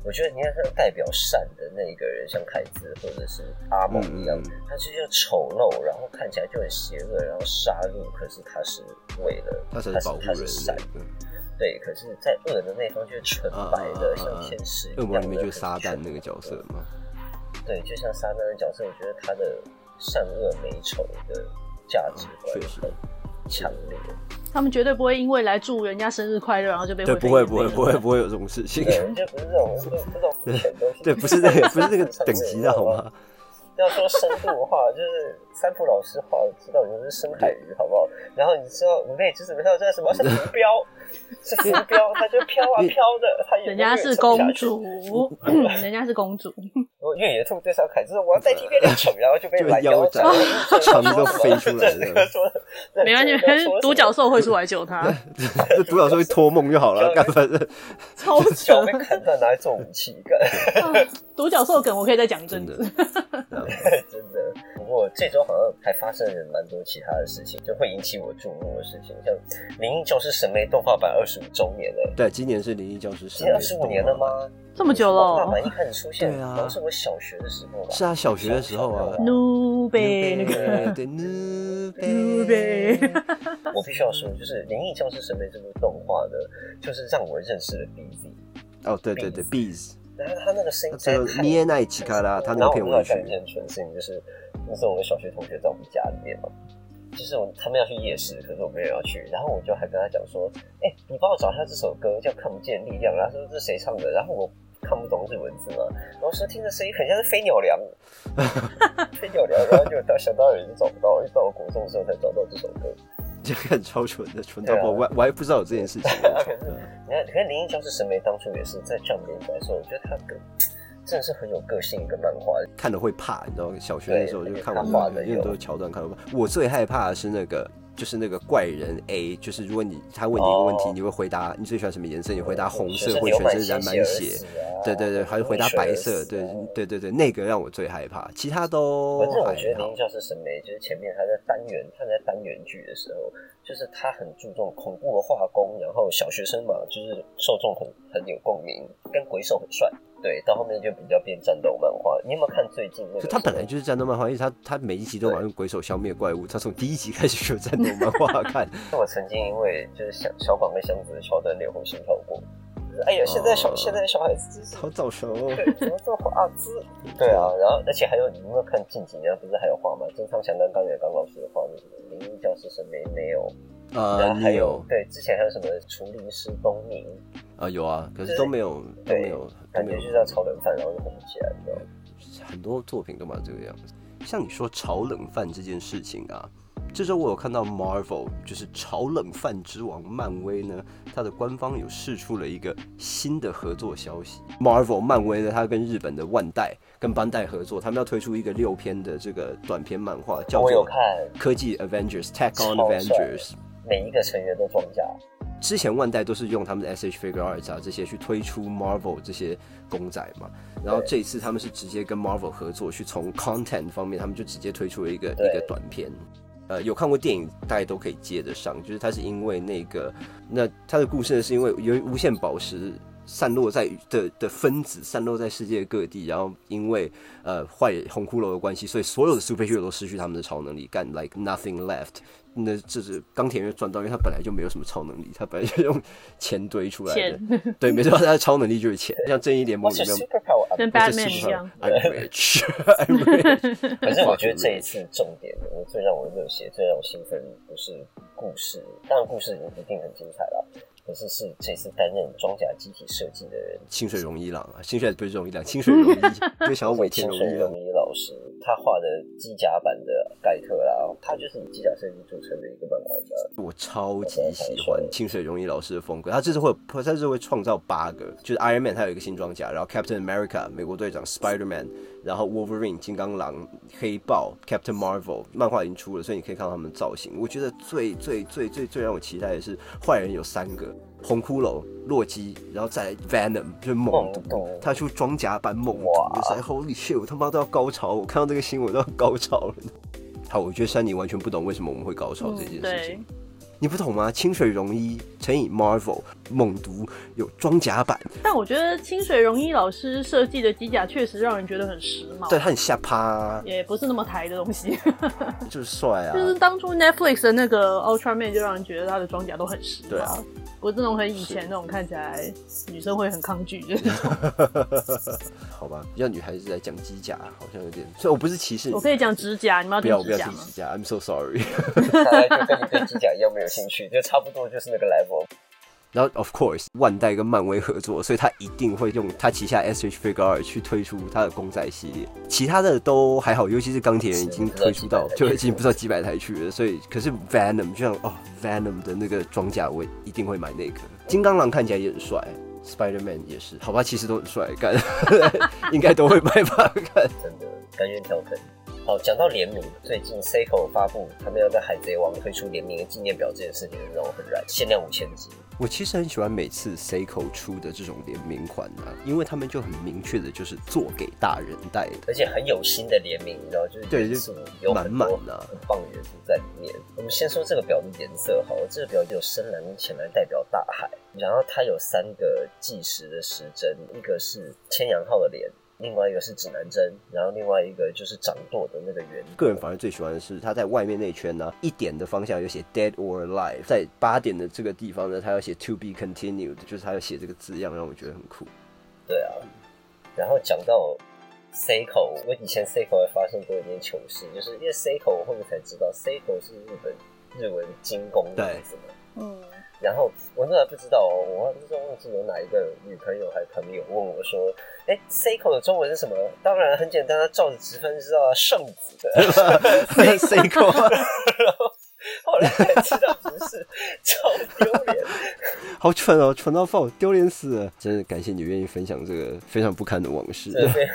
Speaker 2: 我觉得你看他代表善的那一个人，像凯兹或者是阿蒙一样，
Speaker 1: 嗯嗯
Speaker 2: 他就是要丑陋，然后看起来就很邪恶，然后杀戮，可是他是为了
Speaker 1: 他才
Speaker 2: 他
Speaker 1: 是
Speaker 2: 是
Speaker 1: 保护
Speaker 2: 他
Speaker 1: 人
Speaker 2: 是
Speaker 1: 的
Speaker 2: 善，，对，可是，在恶的那一方就是纯白
Speaker 1: 啊啊
Speaker 2: 的，
Speaker 1: 啊啊啊
Speaker 2: 像天使一样的。
Speaker 1: 恶魔里面就是撒
Speaker 2: 可
Speaker 1: 旦
Speaker 2: 是
Speaker 1: 那个角色嘛。
Speaker 2: 对，就像撒旦的角色，我觉得他的善恶美丑的价值观
Speaker 1: 啊确实
Speaker 2: 很强烈。
Speaker 4: 他们绝对不会因为来祝人家生日快乐，然后就被
Speaker 1: 对，
Speaker 4: 灰
Speaker 1: 不
Speaker 4: 飞
Speaker 1: 会
Speaker 4: 烟
Speaker 1: 不会
Speaker 4: 灭
Speaker 1: 不会不会有这种事情。
Speaker 2: 对，我觉得不是这种这种这种肤浅的东西。
Speaker 1: 对，不是那个不是那个 等级的好吗？
Speaker 2: 要说深度的话，就是三浦老师画知道你是深海鱼，好不好？然后你知道五类知识没道这是什么？是 浮标，是浮标，它就飘啊飘的，它也
Speaker 4: 人家是公。 主，人家是公主，嗯
Speaker 2: 我越野兔对上凯，就是我要代替月亮惩，然后就被
Speaker 1: 就
Speaker 2: 拦
Speaker 1: 腰
Speaker 2: 斩
Speaker 1: 斩，肠都飞出来
Speaker 2: 这
Speaker 1: 了
Speaker 2: 个说，
Speaker 4: 没关系， 独角兽会出来 救他，
Speaker 1: 这独角兽会托梦就好了，干反正
Speaker 4: 超扯
Speaker 2: 脚！被砍断拿来做武器，干。
Speaker 4: 独角兽梗我可以再讲一阵
Speaker 1: 真的
Speaker 4: 子。。
Speaker 1: 这样
Speaker 2: 真的。不过这周好像还发生了蛮多其他的事情，就会引起我注目的事情，像《灵异教师》神媒动画版二十五周年了，
Speaker 1: 对，今年是《灵异教师》
Speaker 2: 已经二十五年了？吗？
Speaker 4: 这么久了哦
Speaker 2: 动画版一开始出现，
Speaker 1: 对啊
Speaker 2: 好像是我小学的时候吧。
Speaker 1: 是啊，小学的时候啊。
Speaker 4: 努贝那个
Speaker 1: 对，努
Speaker 4: 努
Speaker 1: 贝
Speaker 4: 贝，
Speaker 2: 我必须要说，就是《灵异教师》神媒这部动画呢，就是让我认识了 BZ。
Speaker 1: 哦，对对对，Bees，
Speaker 2: 然后他那个声音
Speaker 1: 他最
Speaker 2: 真
Speaker 1: 后
Speaker 2: 的太
Speaker 1: 捏奈吉卡拉，他那
Speaker 2: 然
Speaker 1: 个
Speaker 2: 后我
Speaker 1: 片
Speaker 2: 知道
Speaker 1: 尾
Speaker 2: 一
Speaker 1: 曲
Speaker 2: 件， 很蠢的事情，就是那时候我小学同学在我们家里面嘛，就是我他们要去夜市，可是我没有要去，然后我就还跟他讲说，哎、你帮我找一下这首歌叫《看不见的力量》，然后他说这是谁唱的，然后我。看不懂日文字嘛，然后说听着声音很像是飞鸟梁，飞鸟梁，然后就到想哎当然就找不到，一直到我国中的时候才找到这首歌。
Speaker 1: 这个很超蠢的，蠢到爆！
Speaker 2: 对
Speaker 1: 我还我还不知道有这件 事情。
Speaker 2: 啊，可是你看，可是《灵异教室》神媒当初也是在降临来说，我觉得他个真的是很有个性一个漫画，
Speaker 1: 看了会怕，你知道吗？小学的时候就看完
Speaker 2: 对看画的
Speaker 1: 因为很多桥段看到怕。我最害怕的是那个，就是那个怪人 A，就是如果你他问你一个问题，
Speaker 2: 哦
Speaker 1: 你会回答你最喜欢什么颜色？你回答红
Speaker 2: 学
Speaker 1: 色
Speaker 2: 生
Speaker 1: 或
Speaker 2: 流
Speaker 1: 全
Speaker 2: 满
Speaker 1: 身染
Speaker 2: 鲜
Speaker 1: 满
Speaker 2: 血而
Speaker 1: 血
Speaker 2: 死。啊
Speaker 1: 对对对，还是回答白色，对
Speaker 2: 溺水而死啊
Speaker 1: 对对对，那个让我最害怕，其他都
Speaker 2: 反正我
Speaker 1: 还
Speaker 2: 觉得
Speaker 1: 好
Speaker 2: 林。教师审美就是前面他在单元，他在单元剧的时候，就是他很注重恐怖的画工，然后小学生嘛，就是受众很很有共鸣，跟鬼手很帅。对，到后面就比较变战斗漫画。你有没有看最近那
Speaker 1: 就
Speaker 2: 个？
Speaker 1: 他本来就是战斗漫画，因为他他每一集都玩用鬼手消灭怪物，他从第一集开始就有战斗漫画看。
Speaker 2: 我曾经因为就是小小广跟箱子的桥段脸红心跳过。就是哎呀，现在小、
Speaker 1: 哦
Speaker 2: 现在小孩子就是
Speaker 1: 好早熟，哦
Speaker 2: 对，怎么这么滑滋？ 对啊，然后而且还有，你有没有看近几年不是还有画吗？金昌祥跟冈野刚老师的画，那个《灵异教师神眉》没有，然
Speaker 1: 呃，
Speaker 2: 后还
Speaker 1: 你
Speaker 2: 有
Speaker 1: 有
Speaker 2: 对之前还有什么厨林师东明，
Speaker 1: 啊有啊，可
Speaker 2: 就是是
Speaker 1: 都没有都
Speaker 2: 对
Speaker 1: 没有都
Speaker 2: 感
Speaker 1: 没
Speaker 2: 觉
Speaker 1: 有
Speaker 2: 就是要炒冷饭，然后就红起来，你知道吗？
Speaker 1: 很多作品都嘛这个样子。像你说炒冷饭这件事情啊，这周我有看到 Marvel 就是炒冷饭之王漫威呢，它的官方有释出了一个新的合作消息。Marvel 漫威呢，它跟日本的万代跟班代合作，他们要推出一个六篇的这个短篇漫画，叫
Speaker 2: 我有
Speaker 1: 做
Speaker 2: 看
Speaker 1: 《科技 Avengers Tech on
Speaker 2: 超帅
Speaker 1: Avengers》。
Speaker 2: 每一个成员都装甲，
Speaker 1: 之前万代都是用他们的 SH Figure Arts 啊这些去推出 Marvel 这些公仔嘛，然后
Speaker 2: 对
Speaker 1: 这一次他们是直接跟 Marvel 合作，去从 content 方面，他们就直接推出了一个
Speaker 2: 对
Speaker 1: 一个短片。呃，有看过电影，大家都可以接得上。就是它是因为那个，那它的故事呢，是因为有无限宝石散落在的的分子散落在世界各地，然后因为呃坏红骷髅的关系，所以所有的 superhero 都失去他们的超能力，干 like nothing left。那这是钢铁人赚到，因为他本来就没有什么超能力，他本来就用钱堆出来的。对，没错，他的超能力就是钱。像正义联盟
Speaker 2: What's
Speaker 1: 里
Speaker 2: your
Speaker 1: 面
Speaker 2: 啊 super power？
Speaker 4: 跟
Speaker 1: What's
Speaker 4: Batman
Speaker 1: your
Speaker 4: 一
Speaker 1: superpower？
Speaker 4: 样
Speaker 1: ，I'm rich，I'm rich。
Speaker 2: 可是我觉得这一次重点，我最让我热血、最让我兴奋的不是故事，当然故事一定很精彩啦。可是是这次担任装甲机体设计的人，
Speaker 1: 清水荣一郎啊，清水不是荣一郎，清水荣一，就想要尾田
Speaker 2: 清
Speaker 1: 荣
Speaker 2: 水
Speaker 1: 一郎
Speaker 2: 荣。一老师，他画的机甲版的盖特啦，他就是以机甲设计著称的一个漫画家。
Speaker 1: 我超级喜欢清水荣一老师的风格，他这次会有，他这次会创造八个，就是 Iron Man 他有一个新装甲，然后 Captain America 美国队长 Spider Man，然后 Wolverine 金刚狼、黑豹、Captain Marvel，漫画已经出了，所以你可以看到他们的造型。我觉得最最最最最让我期待的是坏人有三个。红骷髅、洛基，然后再来 Venom 就是猛
Speaker 2: 猛毒
Speaker 1: 毒，他出装甲版猛毒，
Speaker 2: 哇
Speaker 1: 我塞 Holy shit！我他妈都要高潮，我看到这个新闻都要高潮了。好，我觉得珊妮完全不懂为什么我们会高潮这件事情。
Speaker 4: 嗯对，
Speaker 1: 你不懂吗？清水荣一乘以 Marvel 猛毒有装甲版，
Speaker 4: 但我觉得清水荣一老师设计的机甲确实让人觉得很时髦，
Speaker 1: 对，他很下趴啊、
Speaker 4: 也不是那么台的东西。
Speaker 1: 就是帅啊
Speaker 4: 就。是当初 Netflix 的那个 Ultraman 就让人觉得他的装甲都很时髦，
Speaker 1: 对啊
Speaker 4: 不是那种很以前那种看起来女生会很抗拒的。
Speaker 1: 好吧，要女孩子来讲机甲，好像有点。虽然我不是歧视，
Speaker 4: 我可以讲指甲，你们
Speaker 1: 不
Speaker 4: 要
Speaker 1: 要不
Speaker 4: 听
Speaker 1: 要
Speaker 4: 指甲
Speaker 1: 提
Speaker 4: 吗？
Speaker 1: 机甲，I'm so sorsorry。
Speaker 2: 他就跟你对机甲一样没有兴趣，就差不多就是那个 level。
Speaker 1: 然后 of course 万代跟漫威合作，所以他一定会用他旗下 SH Figure 二去推出他的公仔系列，其他的都还好，尤其是钢铁人已经推出到
Speaker 2: 是
Speaker 1: 就已经不知道几百台去了，所以可是 Venom 就像哦 Venom 的那个装甲，我一定会买那个。金刚狼看起来也很帅。Spider Man 也是，好吧，其实都很帅，干 应该都会买吧，干。
Speaker 2: 真的甘愿跳坑。好，讲到联名，最近 Seiko 发布他们要在海贼王推出联名的纪念表这件事情，让我很燃，限量五千只。
Speaker 1: 我其实很喜欢每次 Seiko 出的这种联名款啊，因为他们就很明确的就是做给大人戴的。
Speaker 2: 而且很有心的联名，你知道，就是
Speaker 1: 对
Speaker 2: 元
Speaker 1: 就
Speaker 2: 素有很
Speaker 1: 满
Speaker 2: 多
Speaker 1: 满的啊
Speaker 2: 很棒的元素在里面。我们先说这个表的颜色好了，这个表有深蓝跟浅蓝代表大海，然后它有三个计时的时针，一个是千阳号的脸，另外一个是指南针，然后另外一个就是掌舵的那个圆。
Speaker 1: 个人反而最喜欢的是他在外面那圈呢、一点的方向有写 dead or alive，在八点的这个地方呢，他要写 to be continued，就是他要写这个字样，让我觉得很酷。
Speaker 2: 对啊，然后讲到 Seiko，我以前 Seiko 还发生过一件糗事，就是因为 Seiko 我后面才知道 Seiko 是日本日文精工的意思嘛。
Speaker 4: 嗯，
Speaker 2: 然后我那还不知道哦，我不知道忘记有哪一个女朋友还是朋友问我说：“哎，Seiko 的中文是什么？”当然很简单，他照着直翻就知道啊，圣子 的。
Speaker 1: Seiko
Speaker 2: 然后后来才知道不是，超丢脸。
Speaker 1: 好蠢哦，蠢到爆，丢脸死了！真的感谢你愿意分享这个非常不堪的往事。
Speaker 2: 这边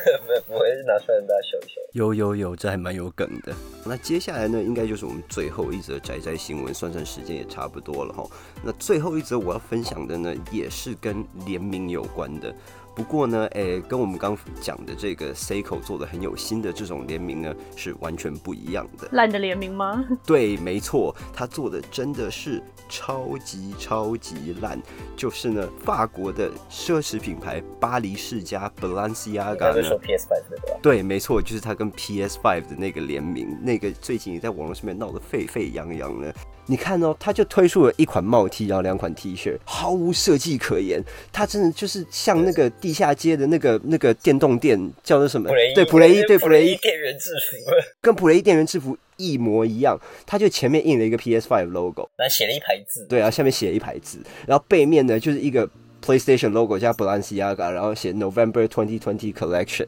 Speaker 2: 不会拿出来让大家秀一秀。
Speaker 1: 有有有，这还蛮有梗的。那接下来呢，应该就是我们最后一则宅宅新闻，算算时间也差不多了哈。那最后一则我要分享的呢，也是跟联名有关的。不过呢，诶、跟我们刚讲的这个 Seiko 做的很有心的这种联名呢，是完全不一样的。
Speaker 4: 烂的联名吗？
Speaker 1: 对，没错，他做的真的是超级超级烂。就是呢，法国的奢侈品牌巴黎世家 Balenciaga
Speaker 2: 刚刚
Speaker 1: 呢
Speaker 2: 说，PS 版对吧？
Speaker 1: 对，没错，就是他跟 PS Five 的那个联名，那个最近也在网络上面闹得沸沸扬扬呢。你看哦，他就推出了一款帽 T，然后两款 T 恤，毫无设计可言。他真的就是像那个地下街的那个那个电动店，叫做什么
Speaker 2: 普雷？伊
Speaker 1: 对，普雷伊，对，普
Speaker 2: 普
Speaker 1: 雷
Speaker 2: 雷伊
Speaker 1: 伊，
Speaker 2: 店员制服。
Speaker 1: 跟普雷伊店员制服一模一样。他就前面印了一个 PS Five logo，
Speaker 2: 然后写了一排字，
Speaker 1: 对，然后下面写了一排字，然后背面呢就是一个 PlayStation logo 加 Balenciaga，然后写 November 2020 Collection，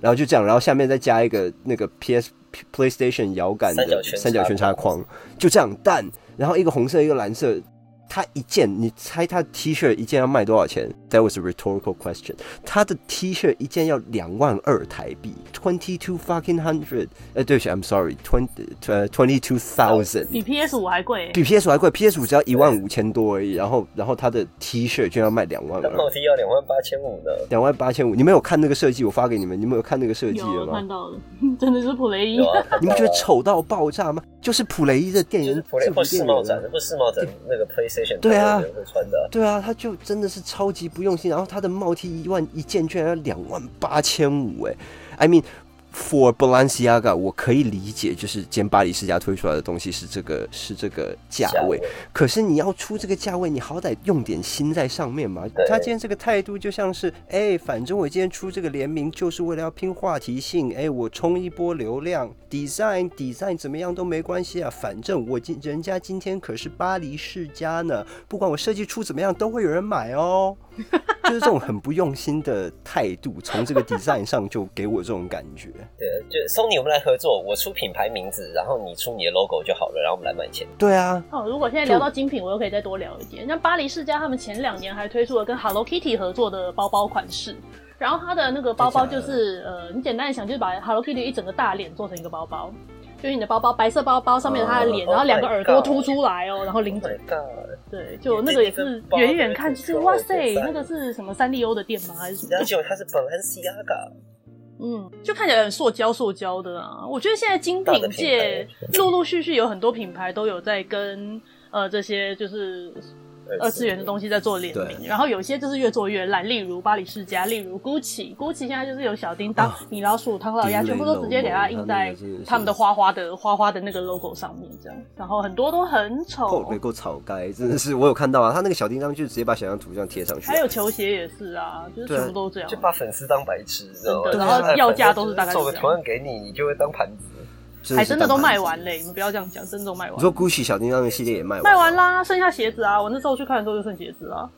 Speaker 1: 然后就这样，然后下面再加一个那个 PS PlayStation 摇杆
Speaker 2: 三角
Speaker 1: 的
Speaker 2: 圈
Speaker 1: 三角
Speaker 2: 插
Speaker 1: 圈插
Speaker 2: 框
Speaker 1: 框，就这样淡，然后一个红色一个蓝色。它一件，你猜它 T 恤一件要卖多少钱？That was a rhetorical question。它的 T 恤一件要两万二台币，twenty two fucking hundred。呃，对不起，I'm sorry，twenty 呃 twenty two thousand。
Speaker 4: 比 PS 五还贵、
Speaker 1: 比 PS 还贵，PS 五只要一万五千多而已，然后然后它的 T 恤居然要卖两万
Speaker 2: 然后
Speaker 1: 二，
Speaker 2: 提要两万八千五呢。
Speaker 1: 两万八千五。你们有看那个设计？我发给你们，你们有看那个设计了
Speaker 4: 有
Speaker 1: 吗
Speaker 4: 看？到了， 真的是普雷伊
Speaker 2: 有。啊，
Speaker 1: 你们觉得丑到爆炸吗？就是普雷伊的店
Speaker 2: 就
Speaker 1: 员
Speaker 2: 是普雷
Speaker 1: 制
Speaker 2: 或
Speaker 1: 服
Speaker 2: 世
Speaker 1: 店
Speaker 2: 贸
Speaker 1: 员
Speaker 2: 展
Speaker 1: 啊，，
Speaker 2: 或世贸展那个 PlayStation
Speaker 1: 对啊
Speaker 2: 人会穿的啊。
Speaker 1: 对啊，他就真的是超级不用心，然后他的帽 T 一万一件居然要两万八千五，哎，I mean。For Balenciaga，我可以理解，就是兼巴黎世家推出来的东西是这个是这个价位，可是你要出这个价位，你好歹用点心在上面嘛
Speaker 2: 对。
Speaker 1: 他今天这个态度就像是，哎、反正我今天出这个联名就是为了要拼话题性，哎、我冲一波流量，design design 怎么样都没关系啊，反正我今人家今天可是巴黎世家呢，不管我设计出怎么样，都会有人买 哦。就是这种很不用心的态度，从这个 design 上就给我这种感觉。
Speaker 2: 对，就 Sony 我们来合作，我出品牌名字，然后你出你的 logo 就好了，然后我们来卖钱。
Speaker 1: 对啊，
Speaker 4: 哦，如果现在聊到精品，我又可以再多聊一点。像巴黎世家，他们前两年还推出了跟 Hello Kitty 合作的包包款式，然后它的那个包包
Speaker 1: 真
Speaker 4: 就
Speaker 1: 假的
Speaker 4: 是呃，你简单的想，就是把 Hello Kitty 一整个大脸做成一个包包，就是你的包包白色包包上面有它的脸，
Speaker 2: 哦
Speaker 4: 然后两个
Speaker 2: Oh my
Speaker 4: 耳朵
Speaker 2: God
Speaker 4: 凸出来哦，然后
Speaker 2: Oh
Speaker 4: 领
Speaker 2: my god！
Speaker 4: 对，就那个也是远远看就是哇塞，那个是什么三丽鸥的店吗？还是什
Speaker 2: 然后
Speaker 4: 么？
Speaker 2: 结果它是 Balenciaga，
Speaker 4: 嗯，就看起来很塑胶塑胶的啊。我觉得现在精
Speaker 2: 大的
Speaker 4: 品
Speaker 2: 品
Speaker 4: 界
Speaker 2: 牌
Speaker 4: 陆陆续续有很多品牌都有在跟呃这些就是二次元的东西在做联名，
Speaker 1: 对
Speaker 4: 然后有些就是越做越烂，例如巴黎世家，例如 GUCCI，GUCCI 现在就是有小叮当、
Speaker 1: 啊
Speaker 4: 米老鼠、唐老鸭，
Speaker 1: 丁磊
Speaker 4: 全部都直接给它
Speaker 1: logo，
Speaker 4: 印
Speaker 1: 它那
Speaker 4: 在
Speaker 1: 个真的是
Speaker 4: 他们的花花的花花的那个 logo 上面，这样，然后很多都很
Speaker 1: 够
Speaker 4: 丑
Speaker 1: 没，够草该，真的是我有看到啊，他那个小叮当就直接把小羊图像贴上去啊
Speaker 4: 还，有球鞋也是啊，就是
Speaker 1: 对啊
Speaker 4: 全部都这样
Speaker 2: 就。把粉丝当白痴，你知道吗？
Speaker 4: 真
Speaker 1: 的
Speaker 2: 就是
Speaker 1: 然后
Speaker 4: 要价都是大概
Speaker 2: 做个
Speaker 4: 这样
Speaker 2: 图案给你，你就会当盘子。
Speaker 1: 真
Speaker 4: 还
Speaker 1: 是
Speaker 4: 真的都
Speaker 1: 当盘
Speaker 4: 卖
Speaker 1: 子
Speaker 4: 完嘞、你们不要这样讲，真的都卖完
Speaker 1: 你
Speaker 4: 了。
Speaker 1: 说 GUCCI 小叮当的系列也卖完？
Speaker 4: 卖完啦，剩下鞋子啊，我那时候去看的时候就剩鞋子啊，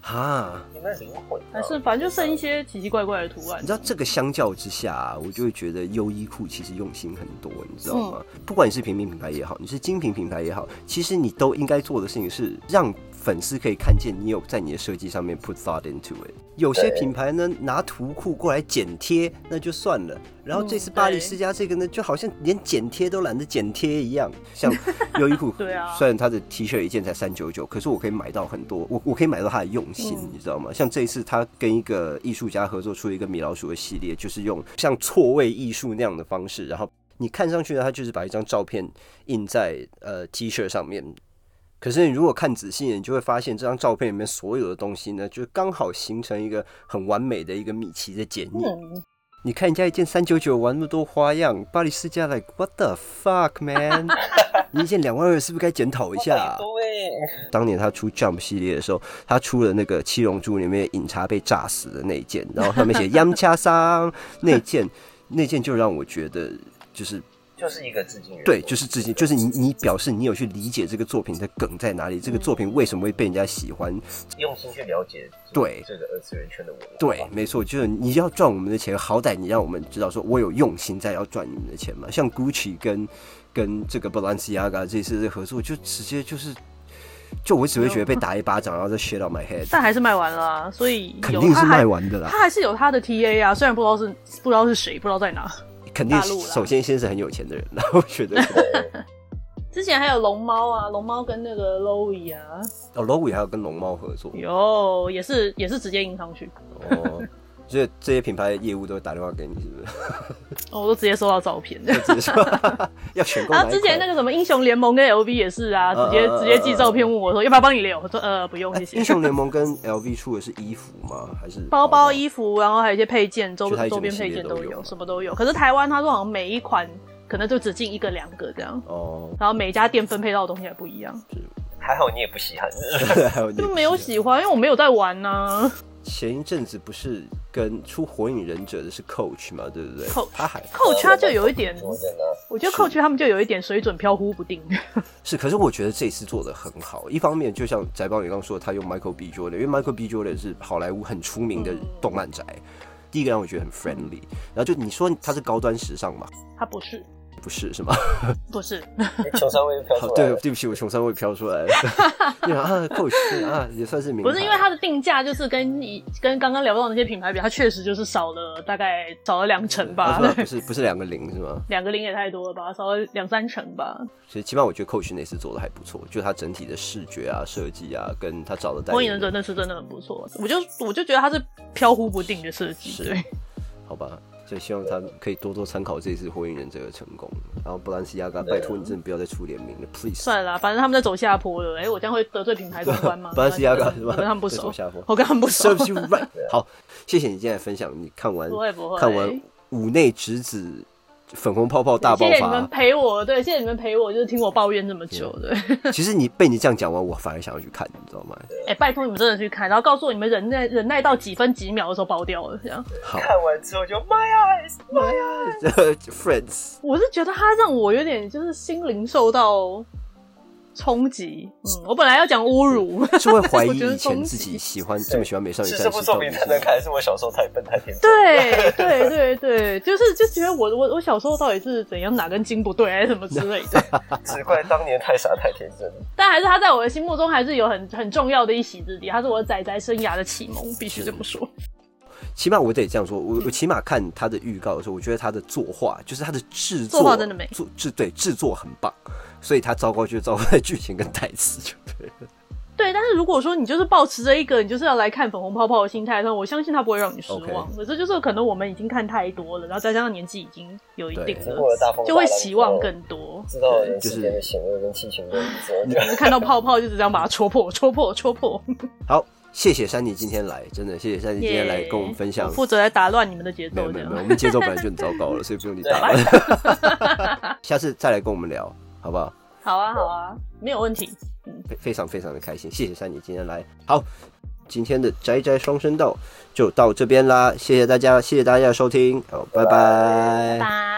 Speaker 1: 哈，
Speaker 2: 你们灵魂啊
Speaker 4: 还是反正就剩一些奇奇怪怪的图案
Speaker 1: 你知。道这个相较之下、啊，我就会觉得优衣库其实用心很多，你知道吗？
Speaker 4: 嗯
Speaker 1: 不管你是平民品牌也好，你是精品品牌也好，其实你都应该做的事情是让粉丝可以看见你有在你的设计上面 put thought into it。有些
Speaker 2: 对
Speaker 1: 品牌呢拿图库过来剪贴，那就算了。然后这次
Speaker 4: 嗯
Speaker 1: 巴黎
Speaker 4: 对
Speaker 1: 世家这个呢，就好像连剪贴都懒得剪贴一样。 像优衣库，
Speaker 4: 对啊
Speaker 1: 虽然它的 T 恤一件才三九九，可是我可以买到很多，我我可以买到它的用心，
Speaker 4: 嗯
Speaker 1: 你知道吗？像这一次他跟一个艺术家合作出一个米老鼠的系列，就是用像错位艺术那样的方式，然后你看上去呢，他就是把一张照片印在呃 T 恤上面。可是你如果看仔细，你就会发现这张照片里面所有的东西呢，就刚好形成一个很完美的一个米奇的剪影。
Speaker 4: 嗯，
Speaker 1: 你看人家一件三九九玩那么多花样，巴黎世家 like what the fuck man，你一件两万二是不是该检讨一下、
Speaker 2: 对，
Speaker 1: 当年他出 Jump 系列的时候，他出了那个《七龙珠》里面饮茶被炸死的那一件，然后上面写 Yamcha 桑那件， 那件就让我觉得就是
Speaker 2: 就是一个致敬人物。
Speaker 1: 对，就是致敬，就是你你表示你有去理解这个作品的梗在哪里，这个作品为什么会被人家喜欢。
Speaker 2: 用心去了解
Speaker 1: 对
Speaker 2: 这个二次元圈的文化。
Speaker 1: 对，没错，就是你要赚我们的钱，好歹你让我们知道说我有用心在要赚你们的钱嘛。像 Gucci 跟跟这个 Balenciaga 这次的合作，就直接就是。就我只会觉得被打一巴掌，然后再 shit on my head，
Speaker 4: 但还是卖完了、啊，所以
Speaker 1: 肯
Speaker 4: 有
Speaker 1: 定是
Speaker 4: 它还
Speaker 1: 卖完的啊啦。
Speaker 4: 它还是有它的 TA 啊，虽然不知道是不知道是谁，不知道在哪。
Speaker 1: 肯定
Speaker 4: 大陆啦
Speaker 1: 首先先是很有钱的人，然后觉得
Speaker 4: 之前还有龙猫啊，龙猫跟那个 Lowy 啊，
Speaker 1: 哦 l o w 也还有跟龙猫合作
Speaker 4: 有也是也是直接印上去，
Speaker 1: 哦，所以这些品牌的业务都会打电话给你，是 不是？
Speaker 4: 哦我都直接收到照片。
Speaker 1: 只 是说要选购
Speaker 4: 然
Speaker 1: 哪一啊
Speaker 4: 后啊之前那
Speaker 1: 个
Speaker 4: 个什么英雄联盟跟 LV 也是啊，直接
Speaker 1: 嗯嗯嗯
Speaker 4: 直接寄照片问我说要不要帮你留，我说呃不用谢谢。
Speaker 1: 哎英雄联盟啊跟 LV 出的是衣服吗？还是
Speaker 4: 包包、衣服，然后还有一些配件，周
Speaker 1: 就它一整
Speaker 4: 周
Speaker 1: 个
Speaker 4: 边
Speaker 1: 系列
Speaker 4: 配件
Speaker 1: 都
Speaker 4: 都
Speaker 1: 有
Speaker 4: 有，
Speaker 1: 嘛
Speaker 4: 什么都有。可是台湾他说好像每一款可能就只进一个两个这样，
Speaker 1: 哦，
Speaker 4: 然后每家店分配到的东西还不一样，
Speaker 2: 还好你也不稀罕。
Speaker 1: 还有
Speaker 4: 就没有喜欢，因为我没有在玩啊 呢、
Speaker 1: 前一阵子不是跟出火影忍者的是 Coach 嘛，对不对
Speaker 4: Coach
Speaker 1: 他还
Speaker 4: Coach 他就有一点，
Speaker 2: 说真的，
Speaker 4: 我觉得 Coach 他们就有一点水准飘忽不定。
Speaker 1: 是，可是我觉得这次做的很好。一方面，就像翟邦你刚刚说的，他用 Michael B. Jordan，因为 Michael B. Jordan 是好莱坞很出名的动漫宅。第一个让我觉得很 friendly，然后就你说他是高端时尚嘛？
Speaker 4: 他不是，嗯
Speaker 1: 不是是吗？
Speaker 4: 不是，
Speaker 2: 球商会飘
Speaker 1: 好，
Speaker 2: 出来
Speaker 1: 对
Speaker 2: 了，。
Speaker 1: 对不起，我从上位飘出来了。 因为啊，coach 啊，也算是名牌。
Speaker 4: 不是因为它的定价就是跟以跟刚刚聊到的那些品牌比，它确实就是少了大概少了两成吧
Speaker 1: 啊，不，是不是不是两个零是吗？
Speaker 4: 两个零也太多了吧，少了两三成吧。
Speaker 1: 所以起码我觉得 coach 那次做的还不错，就他整体的视觉啊、设计啊，跟他找的代
Speaker 4: 火影
Speaker 1: 言
Speaker 4: 忍者
Speaker 1: 人，
Speaker 4: 那次真的很不错，我就我就觉得它是飘忽不定的设计，
Speaker 1: 是
Speaker 4: 对，
Speaker 1: 好吧。所以希望他可以多多参考这次《火影忍者》的成功。然后布兰西亚嘎，拜托你真的不要再出联名了，please。
Speaker 4: 算了啦，反正他们在走下坡了。哎、我这样会得罪品牌公
Speaker 1: ？
Speaker 4: 关吗
Speaker 1: 布兰西亚嘎是吧？
Speaker 4: 我跟他们不
Speaker 1: 在
Speaker 4: 熟
Speaker 1: 走，下坡
Speaker 4: 我跟他们 不熟。
Speaker 1: Serves you right。好，谢谢你今天的分享。你看完
Speaker 4: 不会不会，
Speaker 1: 看完五内直子粉红泡泡大爆
Speaker 4: 谢谢你们
Speaker 1: 发，
Speaker 4: 陪我，对，谢谢你们陪我，就是听我抱怨这么久的。对
Speaker 1: 其实你被你这样讲完，我反而想要去看，你知道 吗？
Speaker 4: 哎、拜托你们真的去看，然后告诉我你们忍耐忍耐到几分几秒的时候爆掉了，这样。
Speaker 1: 好
Speaker 2: 看完之后就 My eyes，
Speaker 1: ，Friends，
Speaker 4: 我是觉得他让我有点就是心灵受到冲击。嗯，我本来要讲侮辱，
Speaker 1: 是会怀
Speaker 4: 我
Speaker 1: 疑
Speaker 4: 觉得
Speaker 1: 以前
Speaker 4: 冲
Speaker 1: 自己
Speaker 4: 击
Speaker 1: 喜欢这么喜欢美少女
Speaker 2: 是
Speaker 1: 战士
Speaker 2: 这部
Speaker 1: 到
Speaker 2: 作
Speaker 1: 底
Speaker 2: 品
Speaker 1: 是
Speaker 2: 太难看，还是我小时候太笨太天真？
Speaker 4: 对对对对，就是就觉得我我我小时候到底是怎样哪根筋不对还是什么之类的，
Speaker 2: 只怪当年太傻太天真。
Speaker 4: 但还是他在我的心目中还是有很很重要的一席之地，他是我仔仔生涯的启蒙，必须这么说。
Speaker 1: 起码我得这样说，
Speaker 4: 嗯
Speaker 1: 我我起码看他的预告的时候，我觉得他的作画就是他的制作，
Speaker 4: 作画真的美
Speaker 1: 作制对制作很棒，所以他糟糕就糟 糕在剧情跟台词，就对了。
Speaker 4: 对，但是如果说你就是抱持着一个你就是要来看粉红泡泡的心态的话，我相信他不会让你失望。
Speaker 1: OK
Speaker 4: 可这就是可能我们已经看太多了，然后再加上年纪已经有一定
Speaker 2: 经过了大
Speaker 4: 了
Speaker 2: 风大浪，
Speaker 4: 就会希望更多。
Speaker 2: 知道人世间的险恶跟七情六欲之后，就
Speaker 4: 你是看到泡泡就只这样把它戳破、戳破、戳破。
Speaker 1: 好，谢谢珊妮今天来，真的谢谢珊妮今天来跟我们分享。
Speaker 4: 负责来打乱你们的节
Speaker 1: 没有
Speaker 4: 奏，
Speaker 1: 没
Speaker 4: 这
Speaker 1: 有没有，我
Speaker 4: 样。
Speaker 1: 们节奏本来就很糟糕 了，所以不用你打了。下次再来跟我们聊，好不好？
Speaker 4: 好啊，好啊，没有问题。
Speaker 1: 非非常非常的开心，谢谢珊妮今天来。好，今天的宅宅双声道就到这边啦，谢谢大家，谢谢大家的收听，好，拜拜
Speaker 4: 拜。